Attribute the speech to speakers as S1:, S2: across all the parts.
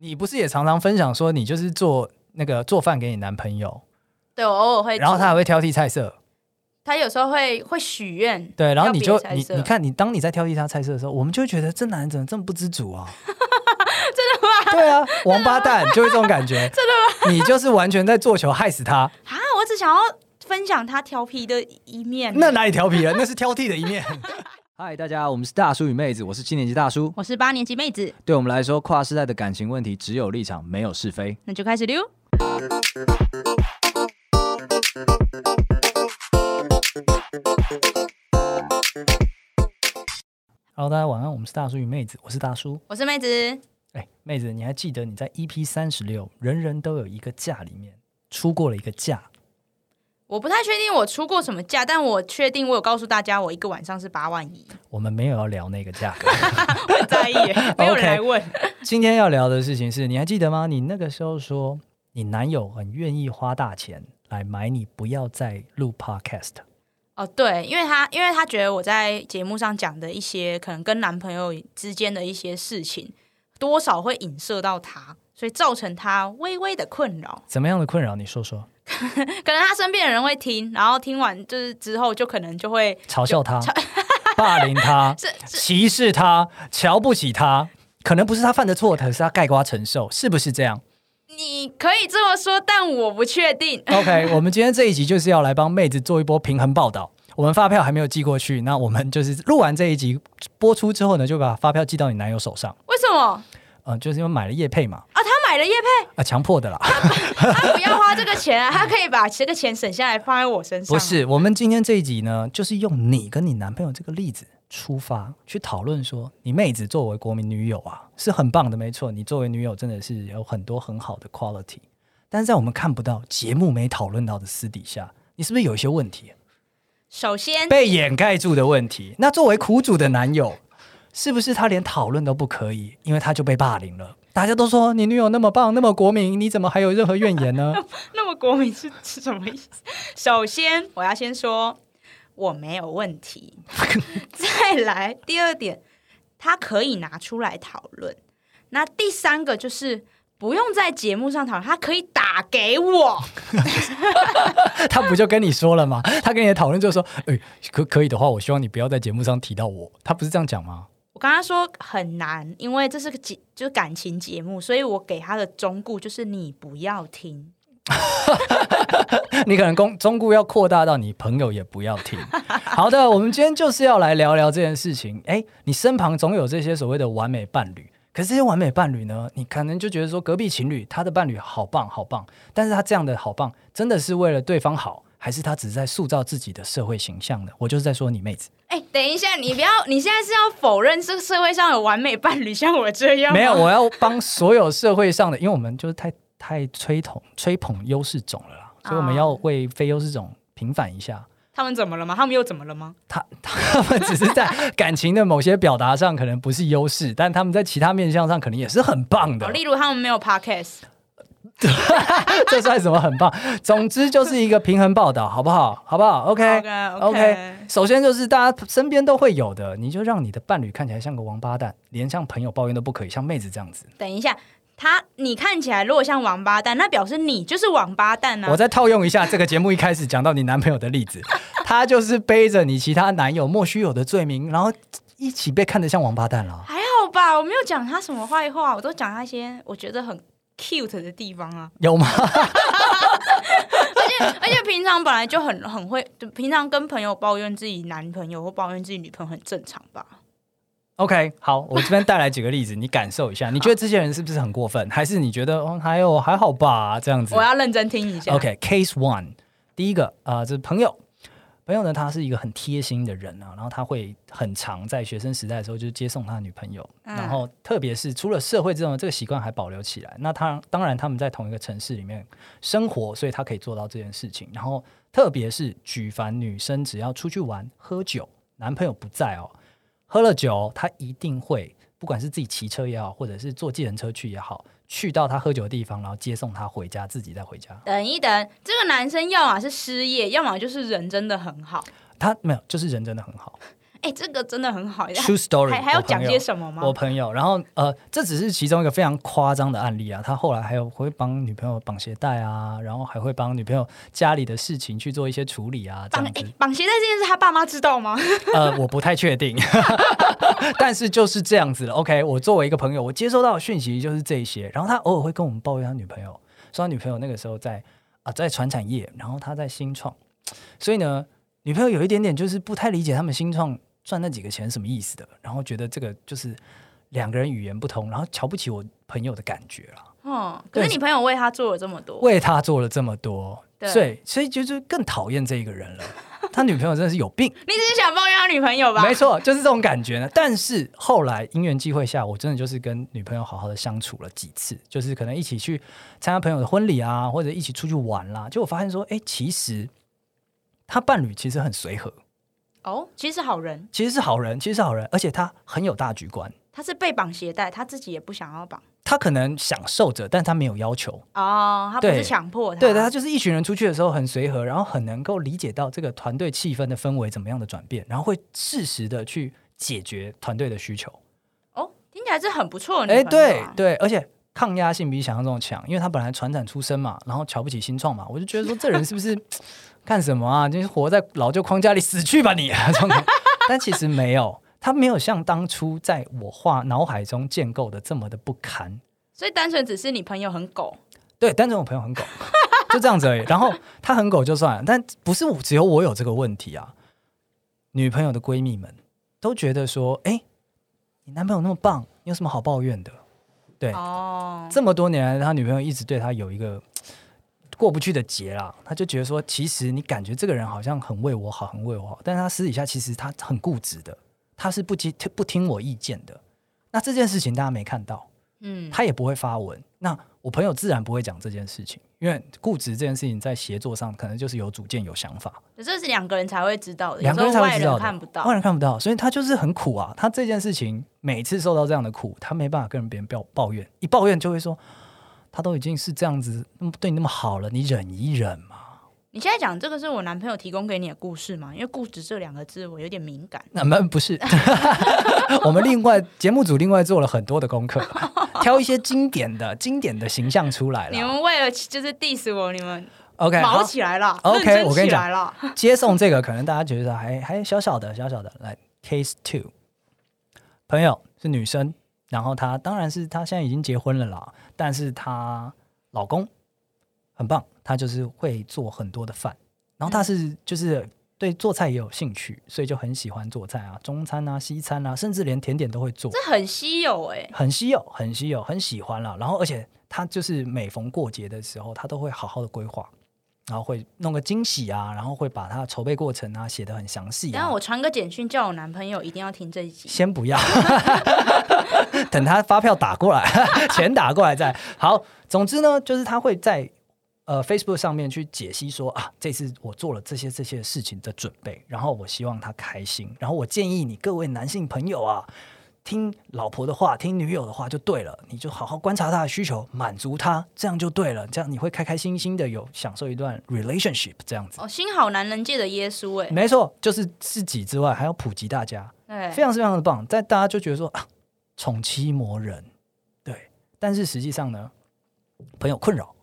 S1: 你不是也常常分享说你就是做那个做饭给你男朋友，
S2: 对我偶尔会煮，
S1: 然后他还会挑剔菜色，
S2: 他有时候会会许愿，
S1: 对，然后
S2: 要
S1: 你
S2: 别
S1: 就
S2: 的菜
S1: 你
S2: 色
S1: 你看你当你在挑剔他菜色的时候，我们就会觉得这男人怎么这么不知足 啊？
S2: 真的吗？
S1: 对啊，王八蛋就会这种感觉，真的吗？你就是完全在做球害死他，
S2: 啊，我只想要分享他调皮的一面。
S1: 那哪里调皮了？那是挑剔的一 面。嗨，大家，我们是大叔与妹子，我是七年级大叔。
S2: 我是八年级妹子，
S1: 对我们来说，跨世代的感情问题只有立场，没有是非。
S2: 那就开始溜。
S1: Hello，大家晚安，我们是大叔与妹子，我是大叔。
S2: 我是妹子，
S1: 哎，妹子，你还记得你在 EP 三十六《人人都有一个价》里面出过了一个价？
S2: 我不太确定我出过什么价，但我确定我有告诉大家，我一个晚上是八万一，
S1: 我们没有要聊那个价格。
S2: 我很在意 耶，没有人
S1: OK
S2: 来问。
S1: 今天要聊的事情是你还记得吗？你那个时候说你男友很愿意花大钱来买你不要再录 Podcast。
S2: 哦，对，因为他因为他觉得我在节目上讲的一些可能跟男朋友之间的一些事情，多少会影射到他，所以造成他微微的困扰。
S1: 怎么样的困扰？你说说，
S2: 可能他身边的人会听，然后听完就是之后就可能就会
S1: 嘲笑他，霸凌他，歧视他，瞧不起他，可能不是他犯的错，可是他盖瓜承受，是不是这样
S2: 你可以这么说，但我不确定。
S1: ？OK，我们 今天这一集就是要来帮妹子做一波平衡报道。我们发票还没有寄过去，那我们就是录完这一集播出之后呢，就把发票寄到你男友手上。
S2: 为什么
S1: 嗯、就是因为买了叶配嘛，
S2: 啊？他买了叶
S1: 啊、强迫的啦。
S2: 配，他不要花这个钱、啊，他可以把这个钱省下来放在我身 上。
S1: 不，是，我们今天这一集呢，就是用你跟你男朋友这个例子出发，去讨论说，你妹子作为国民女友啊，是很棒的，没错，你作为女友真的是有很多很好的 quality，但是在我们看不到节目没讨论到的私底下，你是不是有一些问题啊
S2: 首先
S1: 被掩盖住的问题？那作为苦主的男友，是不是他连讨论都不可以，因为他就被霸凌了？大家都说你女友那么棒，那么国民，你怎么还有任何怨言呢？
S2: 那么国民是是什么意思？首先，我要先说我没有 问题。再来，第二点，他可以拿出来讨论。那第三个就是不用在节目上讨论，他可以打给我。
S1: 他不就跟你说了吗？他跟你的讨论就是说，哎、可可以的话，我希望你不要在节目上提到我。他不是这样讲吗？
S2: 我跟他说很难，因为这是个节，就是感情节目，所以我给他的忠告就是你不要听。
S1: 你可能公中顾要扩大到你朋友也不要听。好的，我们今天就是要来聊聊这件事情。哎、你身旁总有这些所谓的完美伴侣，可是这些完美伴侣呢，你可能就觉得说隔壁情侣他的伴侣好棒好棒，但是他这样的好棒真的是为了对方好，还是他只是在塑造自己的社会形象呢？我就是在说你妹子。
S2: 哎、等一下，你不要，你现在是要否认这个社会上有完美伴侣像我这样吗？
S1: 没有，我要帮所有社会上的，因为我们就是太太吹捧吹捧优势种了啦，所以我们
S2: 哦
S1: 要为非优势种平反一下。
S2: 他们怎么了吗？他们又怎么了吗？
S1: 他他们只是在感情的某些表达上可能不是优势，但他们在其他面向上可能也是很棒
S2: 哦，
S1: 的。
S2: 例如他们没有 podcast，
S1: 这算什么很棒？总之就是一个平衡报道，好不好？好不好？OK
S2: OK，OK
S1: 首先就是大家身边都会有的，你就让你的伴侣看起来像个王八蛋，连向朋友抱怨都不可以，像妹子这样子。
S2: 等一下，他你看起来如果像王八蛋，那表示你就是王八蛋啊
S1: 我！再套用一下这个节目一开始讲到你男朋友的例子，他就是背着你其他男友莫须有的罪名，然后一起被看得像王八蛋了。
S2: 还好吧，我没有讲他什么坏话，我都讲他一些我觉得很 cute 的地方啊。
S1: 有吗？
S2: 而且平常本来就很很会，就平常跟朋友抱怨自己男朋友或抱怨自己女朋友很正常吧？
S1: OK，好，我这边带来几个例子，你感受一下，你觉得这些人是不是很过分，还是你觉得哦，还有还好吧这样子
S2: 我要认真听一下。
S1: ？OK，Case、One，第一个啊、呃，这是朋友。朋友呢，他是一个很贴心的人啊，然后他会很常在学生时代的时候就接送他的女朋友，
S2: 嗯
S1: 然后特别是出了社会之后，这个习惯还保留起来。那他当然他们在同一个城市里面生活，所以他可以做到这件事情。然后特别是举凡女生只要出去玩喝酒，男朋友不在哦，喝了酒他一定会不管是自己骑车也好，或者是坐计程车去也好，去到他喝酒的地方，然后接送他回家，自己再回家。
S2: 等一等，这啊个男生要么是失业，要么就是人真的很好。
S1: 他没有，就是人真的很好。
S2: 哎、这个真的很好。
S1: True story，
S2: 还还要
S1: 我朋
S2: 讲
S1: 友
S2: 些什么吗？
S1: 我朋友，然后呃，这只是其中一个非常夸张的案例啊。他后来还有会帮女朋友绑鞋带啊，然后还会帮女朋友家里的事情去做一些处理啊，这
S2: 绑
S1: 样
S2: 哎
S1: 子。
S2: 绑鞋带这件事，他爸妈知道吗？
S1: 呃，我不太确定， 但是就是这样子了。OK，我作为一个朋友，我接收到的讯息就是这些。然后他偶尔会跟我们抱怨他女朋友，说他女朋友那个时候在啊、在传产业，然后他在新创，所以呢，女朋友有一点点就是不太理解他们新创赚那几个钱什么意思的，然后觉得这个就是两个人语言不通，然后瞧不起我朋友的感觉啦。
S2: 哦，可
S1: 对
S2: 是你朋友为他做了这么多，
S1: 为他做了这么多，
S2: 对
S1: 所以所以就是更讨厌这一个人了。他女朋友真的是有病。
S2: 你只是想抱怨他女朋友吧？
S1: 没错，就是这种感觉呢。但是后来因缘际会下，我真的就是跟女朋友好好的相处了几次，就是可能一起去参加朋友的婚礼啊，或者一起出去玩啦。就我发现说，哎、其实他伴侣其实很随和，
S2: 哦，其实是好人，
S1: 其实是好人，其实是好人，而且他很有大局观。
S2: 他是被绑鞋带，他自己也不想要绑
S1: 他可能享受着，但他没有要求。
S2: 哦，他不是
S1: 对
S2: 强迫他，
S1: 对，他就是一群人出去的时候很随和，然后很能够理解到这个团队气氛的氛围怎么样的转变，然后会适时的去解决团队的需求。
S2: 哦，听起来是很不错的
S1: 哎，
S2: 女朋友
S1: 对
S2: 啊。
S1: 对，而且抗压性比想象中的强，因为他本来传产出身嘛，然后瞧不起新创嘛，我就觉得说这人是 不是干什么啊？就是活在老旧框架里，死去吧你！啊这种感觉但其实没有，他没有像当初在我画脑海中建构的这么的不堪。
S2: 所以单纯只是你朋友很狗，
S1: 对，单纯我朋友很狗，就这样子而已。然后他很狗就算了，但不是我只有我有这个问题啊。女朋友的闺蜜们都觉得说，哎，你男朋友那么棒，你有什么好抱怨的？对
S2: 哦，
S1: 这么多年来，他女朋友一直对他有一个过不去的结啦。他就觉得说，其实你感觉这个人好像很为我好，很为我好，但是他私底下其实他很固执的，他是不听不听我意见的。那这件事情大家没看到，
S2: 嗯，
S1: 他也不会发文。那我朋友自然不会讲这件事情，因为固执这件事情在协作上可能就是有主见、有想法，
S2: 可这是两个人才会知道的，
S1: 两个人才
S2: 有
S1: 会
S2: 时候外
S1: 知道
S2: 人
S1: 的，哦
S2: 看不
S1: 外
S2: 到。
S1: 人看不到，所以他就是很苦啊。他这件事情每次受到这样的苦，他没办法跟别人抱抱怨，一抱怨就会说，他都已经是这样子，那么对你那么好了，你忍一忍 嘛。
S2: 你现在讲这个是我男朋友提供给你的故事吗？因为“固执”这两个字我有点敏感。
S1: 那么不是， 我们另外节目组另外做了很多的功课， 挑一些经典的经典的形象出来
S2: 你
S1: 了。
S2: 们为了就是 diss 我，你们
S1: OK，好哦
S2: 毛起来了
S1: OK，
S2: 认真
S1: 我跟
S2: 起
S1: 你讲
S2: 来了。
S1: 接送这个，可能大家觉得还还小小的小小的。来，case two，朋友是女生，然后她当然是她现在已经结婚了啦，但是她老公很棒，他就是会做很多的饭，然后他是就是对做菜也有兴趣，所以就很喜欢做菜啊，中餐啊、西餐啊，甚至连甜点都会做，
S2: 这很稀有哎、
S1: 很稀有，很稀有，很喜欢啦。然后而且他就是每逢过节的时候，他都会好好的规划。然后会弄个惊喜啊，然后会把他的筹备过程啊写得很详细、啊。
S2: 然后我传个简讯叫我男朋友一定要听这一 集。
S1: 先不要，等他发票打过来， 钱打过来再好。总之呢，就是他会在呃 Facebook 上面去解析说啊，这次我做了这些这些事情的准备，然后我希望他开心，然后我建议你各位男性朋友啊。听老婆的话，听女友的话就对了，你就好好观察她的需求，满足她，这样就对了。这样你会开开心心的有享受一段 relationship 这样子。
S2: 哦，新好男人界的耶稣哎、
S1: 没错，就是自己之外还要普及大家，非
S2: 对，
S1: 常非常的棒。但大家就觉得说啊，宠妻魔人，对。但是实际上呢，朋友困扰，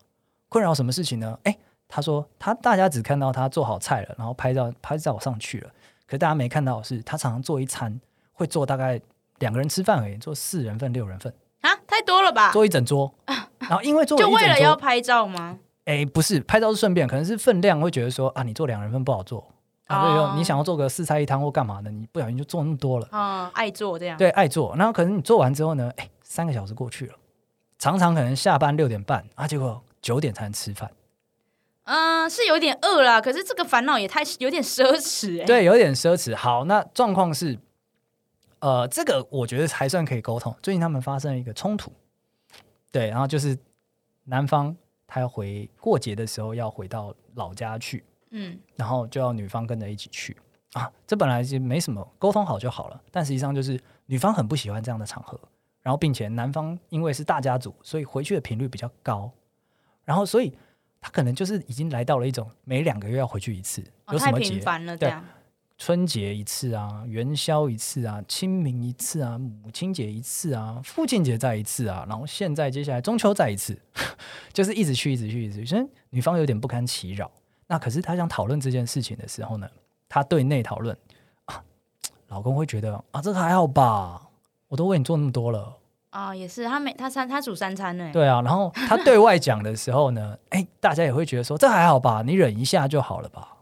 S1: 困扰什么事情呢？哎，他说他大家只看到他做好菜了，然后拍照拍照上去了，可大家没看到的是，他常常做一餐会做大概两个人吃饭而已，做四人份、六人份，
S2: 啊，太多了吧？
S1: 做一整桌。然后因为做
S2: 就
S1: 一
S2: 为了
S1: 整
S2: 要
S1: 桌，
S2: 拍照吗？
S1: 哎，不是拍照是顺便，可能是分量会觉得说啊，你做两人份不好做。啊，所以
S2: 哦
S1: 说你想要做个四菜一汤或干嘛的，你不小心就做那么多了。
S2: 嗯，爱做这样。
S1: 对，爱做。然后可能你做完之后呢，哎，三个小时过去了，常常可能下班六点半啊，结果九点才能吃饭，
S2: 嗯，是有点饿啦，可是这个烦恼也太有点奢侈哎、
S1: 对，有点奢侈。好，那状况是，呃，这个我觉得还算可以沟通。最近他们发生了一个冲突，对，然后就是男方他要回过节的时候要回到老家去，
S2: 嗯，
S1: 然后就要女方跟着一起去啊。这本来就没什么，沟通好就好了。但实际上就是女方很不喜欢这样的场合，然后并且男方因为是大家族，所以回去的频率比较高，然后所以他可能就是已经来到了一种每两个月要回去一次，
S2: 哦、
S1: 有什
S2: 太
S1: 么
S2: 频
S1: 节
S2: 繁了这
S1: 对
S2: 样。
S1: 春节一次啊，元宵一次啊，清明一次啊，母亲节一次啊，父亲节再一次啊，然后现在接下来中秋再一次， 就是一直去，一直去，一直去。所以女方有点不堪其扰。那可是她想讨论这件事情的时候呢，她对内讨论啊，老公会觉得啊，这个还好吧，我都为你做那么多了。
S2: 啊、也是，他每他三他煮三餐欸呢，
S1: 对啊，然后他对外讲的时候呢， 哎、大家也会觉得说这还好吧，你忍一下就好了吧。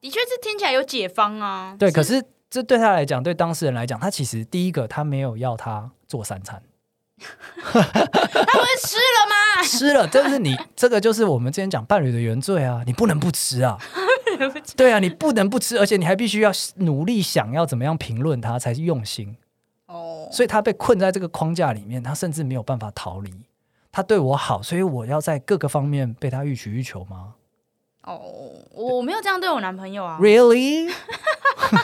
S2: 的确是听起来有解放啊。
S1: 对，可是这对他来讲，对当事人来讲，他其实第一个他没有要他做三餐，
S2: 他不是吃了 吗？
S1: 吃了，这是你这个就是我们之前讲伴侣的原罪啊，你不能不吃 啊，对啊，你不能不吃，而且你还必须要努力想要怎么样评论他才是用心，
S2: 哦，
S1: 所以他被困在这个框架里面，他甚至没有办法逃离。他对我好，所以我要在各个方面被他欲取欲求吗？
S2: 哦，我没有这样对我男朋友啊。
S1: Really?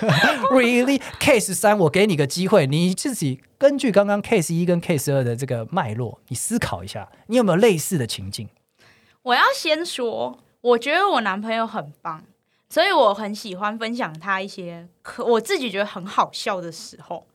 S1: really? Case 三，我给你个机会，你自己根据刚刚 Case 一跟 Case 二的这个脉络，你思考一下，你有没有类似的情境？
S2: 我要先说，我觉得我男朋友很棒，所以我很喜欢分享他一些可我自己觉得很好笑的时 候，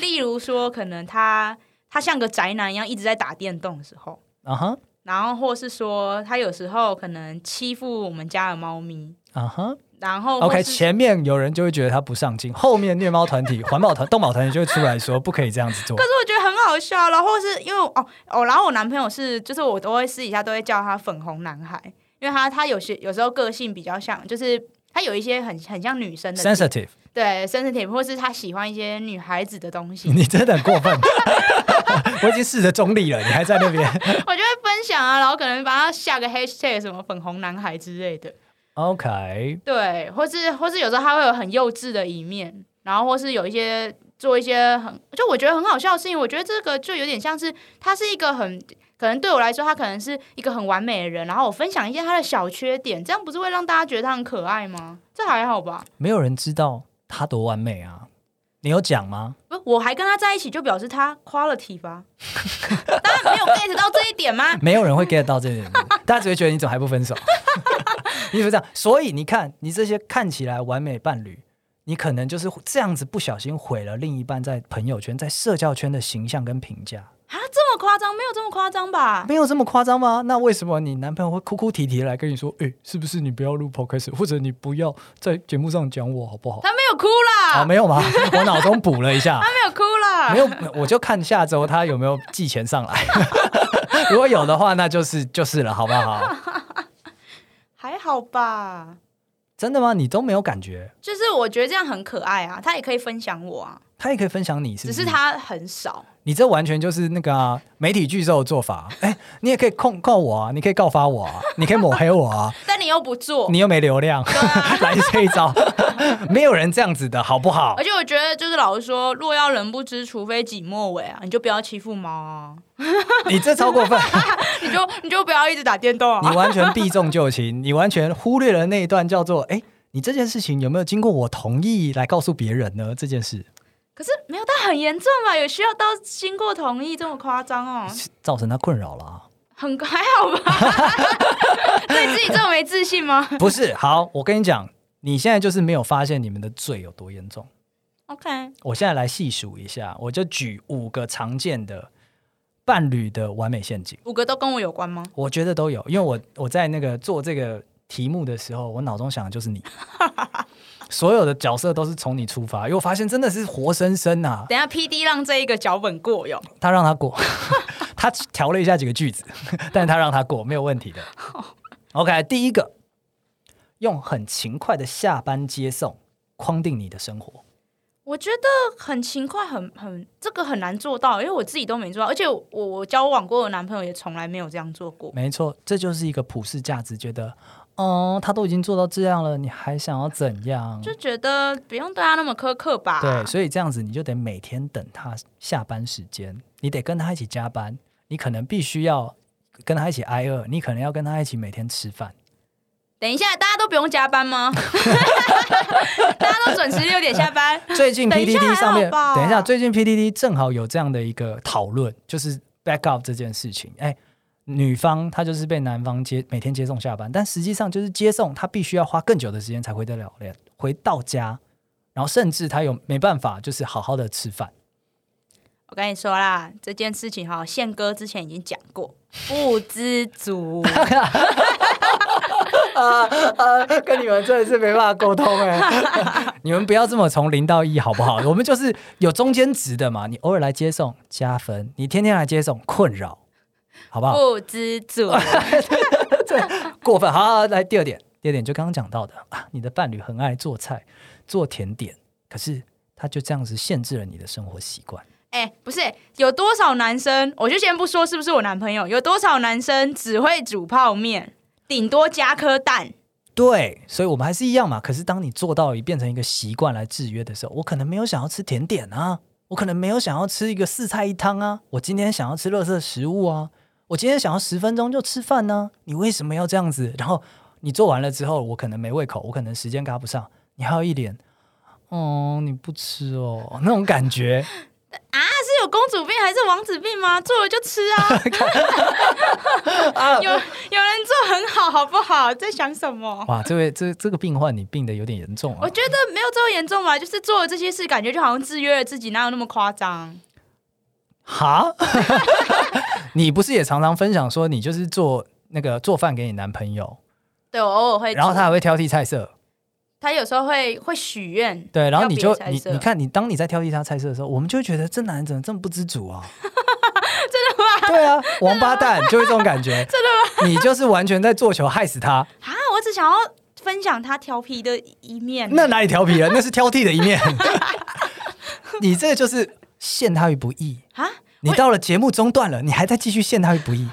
S2: 例如说，可能他他像个宅男一样一直在打电动的时候，
S1: 啊哈，
S2: 然后或是说他有时候可能欺负我们家的猫咪，
S1: 啊哈。
S2: 然后或
S1: OK，
S2: 哦是
S1: 前面有人就会觉得他不上进，后面虐猫团 体、环保团、动保团体就会出来说不可以这样子做
S2: 可。是我觉得很好笑，然后是因为哦哦，然后我男朋友是，就是我都会私底下都会叫他粉红男孩，因为他他有些有时候个性比较像，就是他有一些很很像女生的地
S1: Sensitive，
S2: 对 sensitive，或是他喜欢一些女孩子的东西，
S1: 你真的很过分。 我已经试着中立了，你还在那边。
S2: 我就会分享啊，然后可能把他下个 hashtag 什么粉红男孩之类的，
S1: OK，
S2: 对，或是或是有时候他会有很幼稚的一面，然后或是有一些做一些很就我觉得很好笑的事情，我觉得这个就有点像是他是一个很。可能对我来说，他可能是一个很完美的人，然后我分享一些他的小缺点，这样不是会让大家觉得他很可爱吗？这还好吧？
S1: 没有人知道他多完美啊。你有讲吗？
S2: 不，我还跟他在一起，就表示他 quality 吧？ 当然没有 get 到这一点吗？
S1: 没有人会 get 到这点，大家只会觉得你怎么还不分手？你怎么这样？所以你看，你这些看起来完美伴侣，你可能就是这样子不小心毁了另一半在朋友圈、在社交圈的形象跟评价。
S2: 啊，这么夸张？没有这么夸张吧？
S1: 没有这么夸张吗？那为什么你男朋友会哭哭啼啼地来跟你说，哎、是不是你不要录 podcast，或者你不要在节目上讲我好不好？
S2: 他没有哭
S1: 啊，
S2: 啦，
S1: 没有吗？我脑中补了一下。
S2: 他没有哭啦，
S1: 没有，我就看下周他有没有寄钱上 来。如果有的话，那就是就是了，好不好？
S2: 还好吧？
S1: 真的吗？你都没有感觉？
S2: 就是我觉得这样很可爱啊，他也可以分享我啊，
S1: 他也可以分享你，是不
S2: 只
S1: 是？
S2: 是他很少。
S1: 你这完全就是那个啊、媒体巨兽的做法。 哎，你也可以控告我啊，你可以告发我啊， 你可以抹黑我啊，
S2: 但你又不做，啊
S1: 你又没流量， 来这一招， 没有人这样子的好不好
S2: 而？且我觉得就是老实说，若要人不知，除非己莫为啊，你就不要欺负猫啊，
S1: 你这超过分，
S2: 你就你就不要一直打电动
S1: 你
S2: 啊。
S1: 完全避重就轻，你完全忽略了那一段叫做哎。你这件事情有没有经过我同意来告诉别人呢？这件事
S2: 可是没有，他很严重啊吧？有需要到经过同意这么夸张哦？
S1: 造成他困扰了 啊！
S2: 很还好 吧？对自己这么没自信吗
S1: 不是，好，我跟你讲，你现在就是没有发现你们的罪有多严重。
S2: ？OK，
S1: 我现在来细数一下，我就举五个常见的伴侣的完美陷阱，
S2: 五个都跟我有关吗？
S1: 我觉得都有，因为我我在那个做这个题目的时候，我脑中想的就是你，所有的角色都是从你出发，因为我发现真的是活生生啊，
S2: 等一下 P D 让这一个脚本过哟。
S1: 他让他过，他调了一下几个句子， 但他让他过，没有问题的。OK，第一个，用很勤快的下班接送框定你的生活。
S2: 我觉得很勤快，很很这个很难做到，因为我自己都没做到，而且我我交往过的男朋友也从来没有这样做过。
S1: 没错，这就是一个普世价值，觉得，哦，他都已经做到这样了，你还想要怎样？
S2: 就觉得不用对他那么苛刻吧。
S1: 对，所以这样子你就得每天等他下班时间，你得跟他一起加班，你可能必须要跟他一起挨饿，你可能要跟他一起每天吃饭。
S2: 等一下，大家都不用加班吗？ 大家都准时六点下班。
S1: 最近
S2: 等一下
S1: PDD 上面
S2: 还好，吧
S1: 等一下，最近 PDD 正好有这样的一个讨论，就是 back up 这件事情。哎，女方她就是被男方接每天接送下班，但实际上就是接送，她必须要花更久的时间才回得了回到家，然后甚至他有没办法就是好好的吃饭。
S2: 我跟你说啦，这件事情哈，宪哥之前已经讲过，不知足。
S1: 啊啊！跟你们真的是没办法沟通哎， 你们不要这么从零到一好不好？我们就是有中间值的嘛，你偶尔来接送加分，你天天来接送困扰， 好不好？
S2: 不知足，
S1: 过分。好好，来第二点，第二点就刚刚讲到的啊，你的伴侣很爱做菜、做甜点，可是他就这样子限制了你的生活习惯。
S2: 哎、不是有多少男生，我就先不说是不是我男朋友，有多少男生只会煮泡面，顶多加颗蛋。
S1: 对，所以我们还是一样嘛。可是当你做到变成一个习惯来制约的时候，我可能没有想要吃甜点啊，我可能没有想要吃一个四菜一汤啊，我今天想要吃垃圾食物啊，我今天想要十分钟就吃饭呢、你为什么要这样子？然后你做完了之后，我可能没胃口，我可能时间赶不上，你还有一脸，哦，你不吃哦，那种感觉。
S2: 那是有公主病还是王子病吗？做了就吃 啊！有有人做很好，好不好？在想 什么？
S1: 哇，这位这这个病患你病的有点严重啊
S2: 我。觉得没有这么严重吧，就是做了这些事，感觉就好像制约了自己，哪有那么夸张？
S1: 哈， 你不是也常常分享说你就是做那个做饭给你男朋友，
S2: 对我偶尔会，
S1: 然后他还会挑剔菜色。
S2: 他有时候会会许愿，
S1: 对，然后
S2: 要
S1: 你
S2: 别
S1: 就
S2: 的菜
S1: 你
S2: 色
S1: 你看你当你在挑剔他菜色的时候，我们就会觉得这男人怎么这么不知足啊？ 真的吗？对啊，王八蛋就会这种感觉。 真的吗？你就是完全在做球害死他，
S2: 啊，我只想要分享他调皮的一面。
S1: 那哪里调皮了？那是挑剔的一 面。你这个就是陷他于不义。
S2: 啊，
S1: 你到了节目中断了，你还在继续陷他于不义。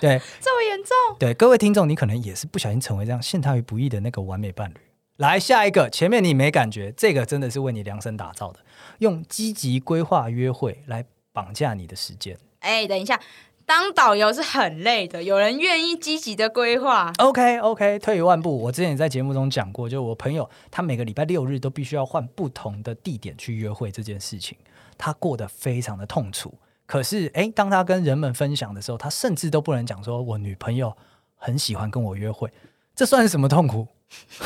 S1: 对
S2: 这么严重？
S1: 对，各位听众，你可能也是不小心成为这样陷他于不义的那个完美伴侣。来下一个，前面你没感觉，这个真的是为你量身打造的，用积极规划约会来绑架你的时间。
S2: 哎、等一下，当导游是很累的，有人愿意积极的规划。
S1: OK OK，退一万步，我之前也在节目中讲过，就我朋友他每个礼拜六日都必须要换不同的地点去约会这件事情，他过得非常的痛楚。可是，诶，当他跟人们分享的时候，他甚至都不能讲说我女朋友很喜欢跟我约会，这算是什么痛苦？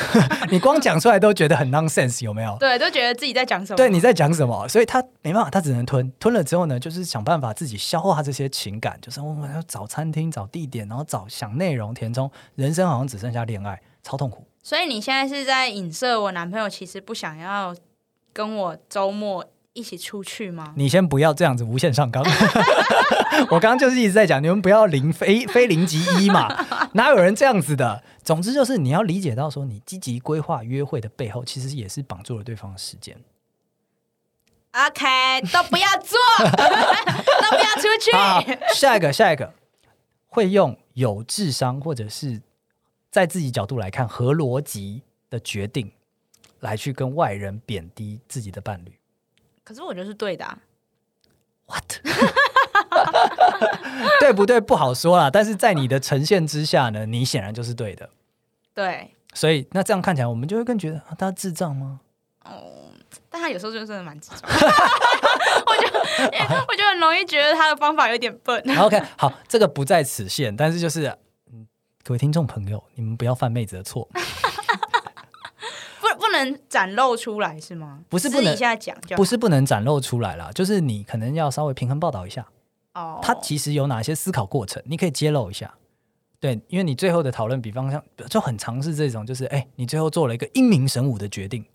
S1: 你光讲出来都觉得很 nonsense，有没有？
S2: 对，都觉得自己在讲什么？
S1: 对，你在讲什么？所以他没办法，他只能吞。吞了之后呢，就是想办法自己消化这些情感，就是哦我们要找餐厅、找地点，然后找想内容填充。人生好像只剩下恋爱，超痛苦。
S2: 所以你现在是在影射我男朋友其实不想要跟我周末一起出去吗？
S1: 你先不要这样子无限上纲。我刚刚就是一直在讲，你们不要零非非零即一嘛，哪有人这样子的？总之就是你要理解到说，你积极规划约会的背后，其实也是绑住了对方的时间。
S2: OK，都不要做， 都不要出去。
S1: 好，下一个，下一个，会用有智商或者是在自己角度来看合逻辑的决定，来去跟外人贬低自己的伴侣。
S2: 可是我觉得是对的、啊，
S1: What？对不对？不好说啦。但是在你的呈现之下呢，你显然就是对的。
S2: 对。
S1: 所以那这样看起来，我们就会更觉得、啊、他智障 吗？
S2: 哦，但他有时候就真的 蛮执着，我就我就很容易觉得他的方法有点笨。
S1: OK，好，这个不在此限，但是就是，嗯，各位听众朋友，你们不要犯妹子的错，
S2: 不不能展露出来是吗？
S1: 不是
S2: 私
S1: 不能
S2: 底下讲就好
S1: 不是不能展露出来啦，就是你可能要稍微平衡报道一下，
S2: 哦，
S1: 他其实有哪些思考过程，你可以揭露一下。对，因为你最后的讨论，比方像就很尝试这种，就是哎，你最后做了一个英明神武的决定，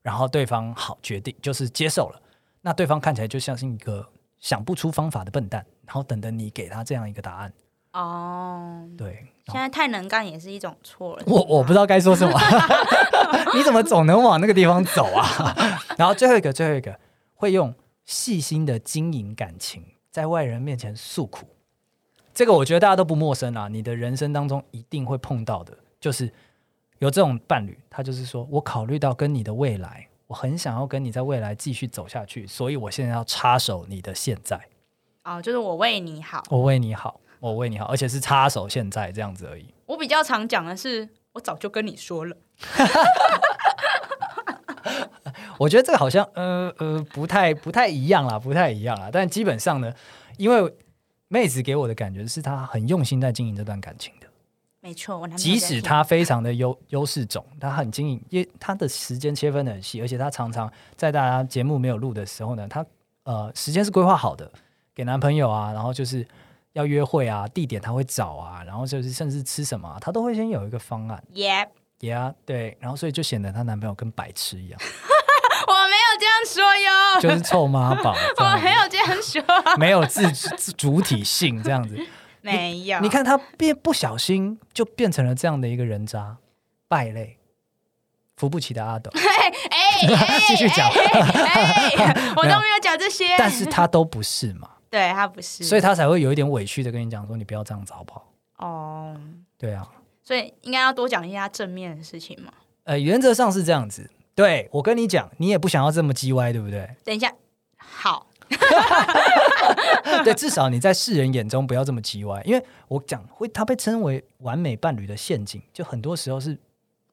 S1: 然后对方好决定就是接受了，那对方看起来就像是一个想不出方法的笨蛋，然后等着你给他这样一个答案。
S2: 哦，
S1: 对，
S2: 现在太能干也是一种错了。
S1: 我我不知道该说什么， 你怎么总能往那个地方走啊？ 然后最后一个，最后一个会用细心的经营感情，在外人面前诉苦。这个我觉得大家都不陌生啊，你的人生当中一定会碰到的，就是有这种伴侣，他就是说我考虑到跟你的未来，我很想要跟你在未来继续走下去，所以我现在要插手你的现在，
S2: 哦，就是我为你好。
S1: 我为你好，我为你好，而且是插手现在这样子而已。
S2: 我比较常讲的是，我早就跟你说了。
S1: 我觉得这个好像呃呃不太不太一样啦，不太一样啦。但基本上呢，因为妹子给我的感觉是她很用心在经营这段感情的，
S2: 没错，我男朋友
S1: 即
S2: 在
S1: 使
S2: 听
S1: 他非常的优优势种，他很经营，因为他的时间切分的很细，而且他常常在大家节目没有录的时候呢，他呃时间是规划好的，给男朋友啊，然后就是要约会啊，地点他会找啊，然后就是甚至吃什么啊、他都会先有一个方案，
S2: ，Yep，
S1: 呀、对，然后所以就显得她男朋友跟白痴一样，
S2: 我没有这样说哟，
S1: 就是臭妈宝，这
S2: 我
S1: 样子
S2: 没有这样说，
S1: 没有自自主体性这样子，
S2: 没有。
S1: 你，看他变不小心就变成了这样的一个人渣败类，扶不起的阿斗。
S2: 哎、 哎
S1: 继续讲
S2: 哎哎哎 我
S1: 没有
S2: 都没有讲这些，
S1: 但是他都不是嘛，
S2: 对他不是，
S1: 所以他才会有一点委屈的跟你讲说，你不要这样子好不好？
S2: 哦，
S1: 对啊，
S2: 所以应该要多讲一下正面的事情嘛。
S1: 呃，原则上是这样子。对我跟你讲，你也不想要这么叽歪，对不对？
S2: 等一下，好，
S1: 对，至少你在世人眼中不要这么叽歪，因为我讲会，他被称为完美伴侣的陷阱，就很多时候是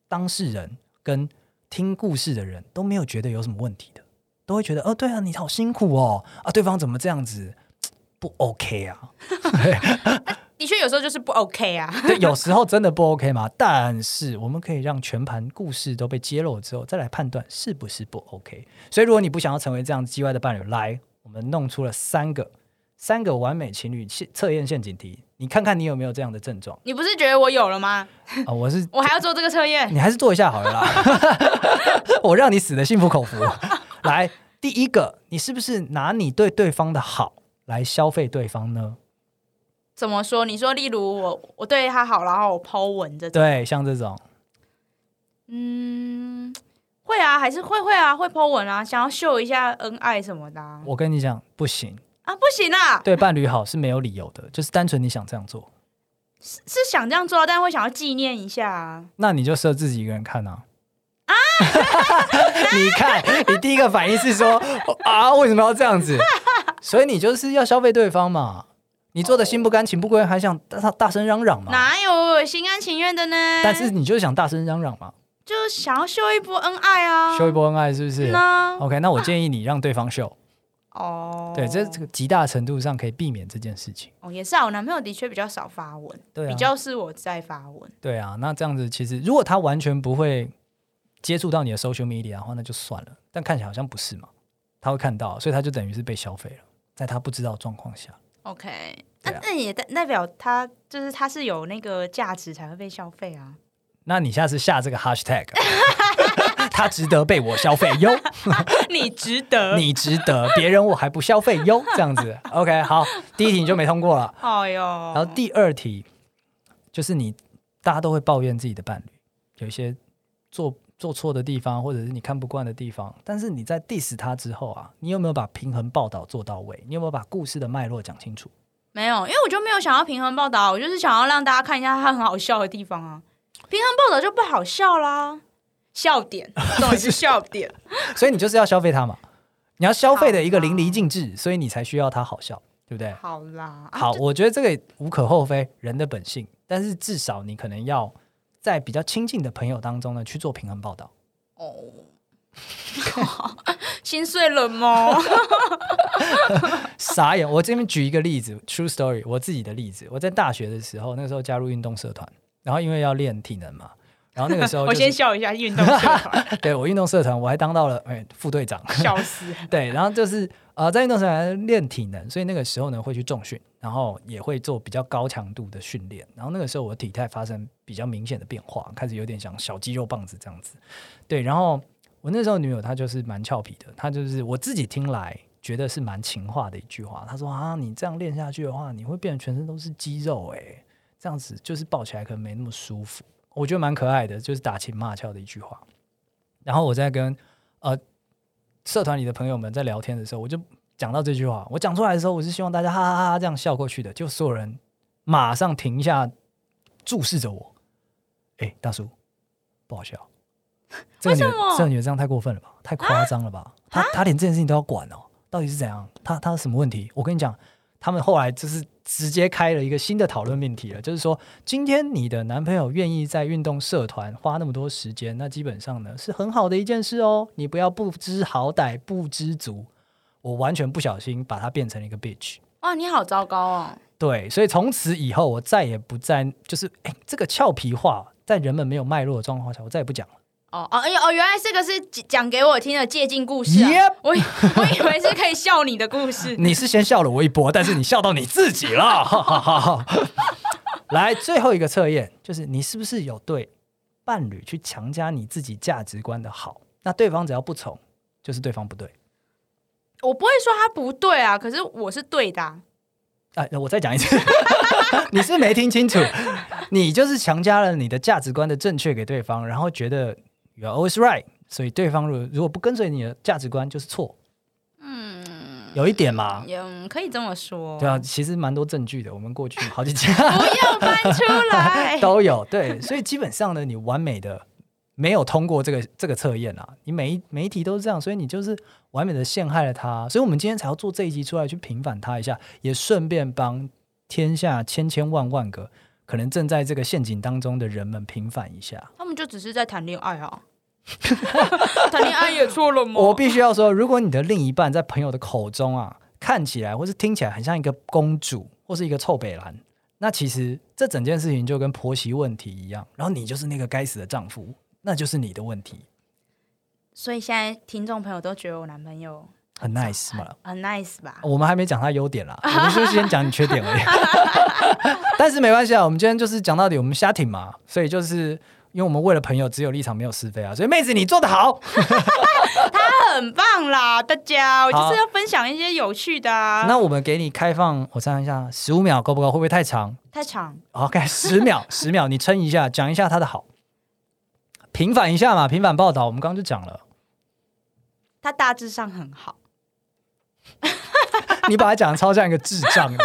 S1: 当事人跟听故事的人都没有觉得有什么问题的，都会觉得，哦，对啊，你好辛苦哦，啊，对方怎么这样子，不 OK 啊？
S2: 的确有时候就是不 OK 啊。
S1: 对，有时候真的不 OK 嘛。但是我们可以让全盘故事都被揭露之后，再来判断是不是不 OK。所以，如果你不想要成为这样叽歪的伴侣，来，我们弄出了三个三个完美情侣陷测验陷阱题，你看看你有没有这样的症状
S2: 你不是觉得我有了吗？
S1: 啊、我是
S2: 我还要做这个测验？
S1: 你还是做一下好了啦， 我让你死的心服口服。来，第一个，你是不是拿你对对方的好来消费对方呢？
S2: 怎么说？你说，例如我我对他好，然后我剖文这种，
S1: 对，像这种。
S2: 嗯，会啊，还是会会啊，会剖文啊，想要秀一下恩爱什么的啊，
S1: 我跟你讲，不行，
S2: 啊不行啊，
S1: 对伴侣好是没有理由的，就是单纯你想这样做。
S2: 是是想这样做，但会想要纪念一下啊。
S1: 那你就设自己一个人看啊。 啊！ 你看，你第一个反应是说啊，为什么要这样子？所以你就是要消费对方嘛。你做的心不甘情不归，还想大大声嚷嚷嘛？
S2: 哪有心甘情愿的呢？
S1: 哦但是你就想大声嚷嚷嘛，
S2: 就想要秀一波恩爱啊，
S1: 秀一波恩爱是不是
S2: 呢？
S1: ？OK，那我建议你让对方秀，
S2: 哦，
S1: 对，这这个极大程度上可以避免这件事情。
S2: 哦也是啊，我男朋友的确比较少发文，
S1: 对啊
S2: 比较是我在发文，
S1: 对啊，那这样子其实如果他完全不会接触到你的 social media 的话，那就算了。但看起来好像不是嘛，他会看到，所以他就等于是被消费了，在他不知道的状况下。
S2: OK，那
S1: 对啊
S2: 那也代代表他就是他是有那个价值才会被消费 啊。
S1: 那你下次下这个 hashtag，他值得被我消费哟，
S2: 你值得。
S1: 你值得，别人我还不消费哟，这样子。OK，好，第一题你就没通过了。
S2: 哎呦，
S1: 然后第二题就是你大家都会抱怨自己的伴侣有一些做做错的地方，或者是你看不惯的地方，但是你在 diss 他之后啊，你有没有把平衡报道做到位？你有没有把故事的脉络讲清楚？
S2: 没有，因为我就没有想要平衡报道，我就是想要让大家看一下他很好笑的地方啊。平衡报道就不好笑啦，笑 点，总是笑 点。
S1: 所以你就是要消费他嘛，你要消费的一个
S2: 好吧
S1: 淋漓尽致，所以你才需要他好笑，对不对？
S2: 好啦，啊
S1: 好，我觉得这个也无可厚非，人的本性。但是至少你可能要在比较亲近的朋友当中呢去做平衡报道。
S2: 哦，心碎了吗？
S1: 傻眼！ 我这边举一个例子，True Story，我自己的例子。我在大学的时候，那时候加入运动社团，然后因为要练体能嘛，然后那个时候、
S2: 我
S1: 就是、
S2: 先笑一下，运动社团，
S1: 对我运动社团，我还当到了哎、副队长。
S2: 笑 死。
S1: 对，然后就是呃，在运动社团练体能，所以那个时候呢会去重训，然后也会做比较高强度的训练。然后那个时候我体态发生比较明显的变化，开始有点像小肌肉棒子这样子。对，然后我那时候女友她就是蛮俏皮的，她就是我自己听来觉得是蛮情话的一句话。她说啊，你这样练下去的话，你会变得全身都是肌肉哎、这样子就是抱起来可能没那么舒服。我觉得蛮可爱的，就是打情骂俏的一句话。然后我在跟呃社团里的朋友们在聊天的时候，我就讲到这句话。我讲出来的时候，我是希望大家哈哈哈哈这样笑过去的，就所有人马上停下，注视着我。哎，大叔，不好笑。这个女的
S2: 为什么啊
S1: 这个女的这样太过分了吧？太夸张了吧？她她连这件事情都要管哦？到底是怎样？她她有什么问题？我跟你讲，他们后来就是直接开了一个新的讨论命题了，就是说，今天你的男朋友愿意在运动社团花那么多时间，那基本上呢是很好的一件事哦。你不要不知好歹、不知足。我完全不小心把它变成了一个 bitch，
S2: 哇，你好糟糕哦！
S1: 对，所以从此以后，我再也不再就是哎、这个俏皮话，在人们没有脉络的状况下，我再也不讲了。
S2: 哦哦，哎呦哦，原来这个是讲讲给我听的借镜故事、啊。
S1: Yep
S2: 我以我以为是可以笑 你的故事。
S1: 你是先笑了我一波，但是你笑到你自己了。 哈哈哈哈来，最后一个测验就是你是不是有对伴侣去强加你自己价值观的好？那对方只要不从，就是对方不对。
S2: 我不会说他不对啊，可是我是对的、啊。
S1: 哎，我再讲一次， 你是没听清楚，你就是强加了你的价值观的正确给对方，然后觉得 you are always right，所以对方如如果不跟随你的价值观就是错，
S2: 嗯，
S1: 有一点嘛，
S2: 嗯，可以这么说。
S1: 对啊，其实蛮多证据的，我们过去好几家
S2: 不要搬出 来。
S1: 都有，对，所以基本上呢，你完美的没有通过这个这个测验啊，你每一每一题都是这样，所以你就是完美的陷害了他，啊所以我们今天才要做这一集出来去平反他一下，也顺便帮天下千千万万个可能正在这个陷阱当中的人们平反一下。
S2: 他们就只是在谈恋爱 啊，谈恋爱也错了吗？
S1: 我必须要说，如果你的另一半在朋友的口中啊，看起来或是听起来很像一个公主或是一个臭北兰，那其实这整件事情就跟婆媳问题一样，然后你就是那个该死的丈夫，那就是你的问题，
S2: 所以现在听众朋友都觉得我男朋友
S1: 很 nice 嘛。
S2: 很 nice 吧？
S1: 我们还没讲他优点啦，我们就是先讲你缺点而已。 但是没关系啊，我们今天就是讲到底，我们瞎挺嘛，所以就是因为我们为了朋友只有立场没有是非啊，所以妹子你做的好，
S2: 他很棒啦，大家，我
S1: 好
S2: 就是要分享一些有趣的啊。
S1: 那我们给你开放，我想一下，十五秒够不够？会不会太长？
S2: 太长，
S1: OK，十 秒，十秒，你撑一下，讲一下他的好，平反一下嘛，平反报道，我们刚刚就讲了，
S2: 他大致上很好。
S1: 你把他讲的超像一个智障 的，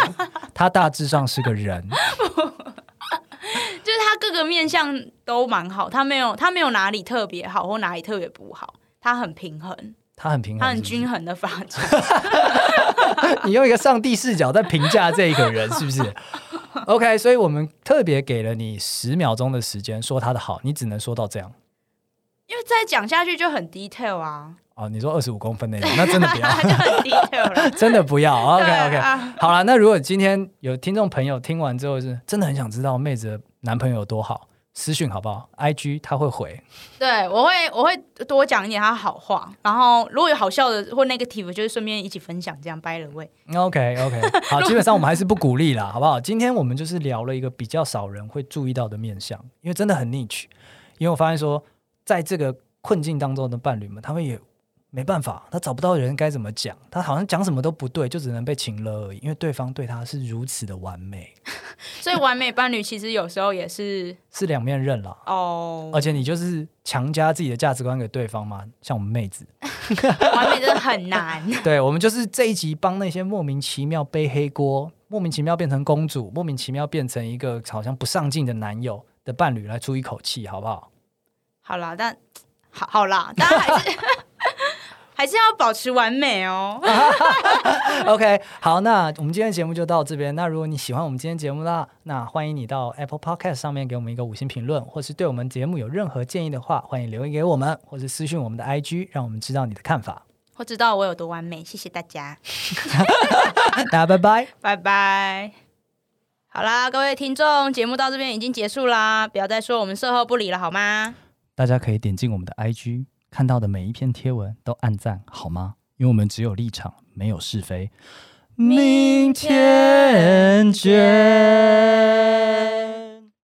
S1: 他大致上是个人，
S2: 就是他各个面相都蛮好，他没有他没有哪里特别好或哪里特别不好，他很平衡，
S1: 他很平
S2: 他
S1: 衡
S2: 很
S1: 是不是，
S2: 均衡的发展。
S1: 你用一个上帝视角在评价这个人，是不 是？OK，所以我们特别给了你十秒钟的时间说他的好，你只能说到这样
S2: 因为再讲下去就很 detail 啊，
S1: 哦。你说二十五公分那种，那真的不要。
S2: 就 很 detail 了。
S1: 真的不要，OK
S2: 对
S1: OK，、
S2: 啊
S1: 好了，那如果今天有听众朋友听完之后是真的很想知道妹子的男朋友有多好，私讯好不好？IG 他会回，
S2: 对，我会我会多讲一点他好话，然后如果有好笑的或 negative，就是顺便一起分享，这样掰了喂。
S1: OK OK，好，基本上我们还是不鼓励啦，好不好？今天我们就是聊了一个比较少人会注意到的面相，因为真的很 niche。因为我发现说，在这个困境当中的伴侣们，他们也没办法，他找不到人该怎么讲，他好像讲什么都不对，就只能被情了而已，因为对方对他是如此的完美，
S2: 所以完美伴侣其实有时候也是
S1: 是两面刃啦。
S2: 哦，
S1: 而且你就是强加自己的价值观给对方嘛，像我们妹子，
S2: 完美真的很难。
S1: 对我们就是这一集帮那些莫名其妙背黑锅、莫名其妙变成公主、莫名其妙变成一个好像不上进的男友的伴侣来出一口气，好不好？
S2: 好啦，但好好啦，大家还是 还是要保持完美哦。
S1: OK，好，那我们今天的节目就到这边。那如果你喜欢我们今天节目啦，那欢迎你到 Apple Podcast 上面给我们一个五星评论，或是对我们节目有任何建议的话，欢迎留言给我们，或是私讯我们的 IG，让我们知道你的看法。
S2: 我知道我有多完美，谢谢大家，
S1: 大家拜拜。
S2: 拜拜。好啦，各位听众，节目到这边已经结束啦，不要再说我们售后不理了，好吗？
S1: 大家可以点进我们的 IG，看到的每一篇贴文都按赞好吗？因为我们只有立场，没有是非。明天见。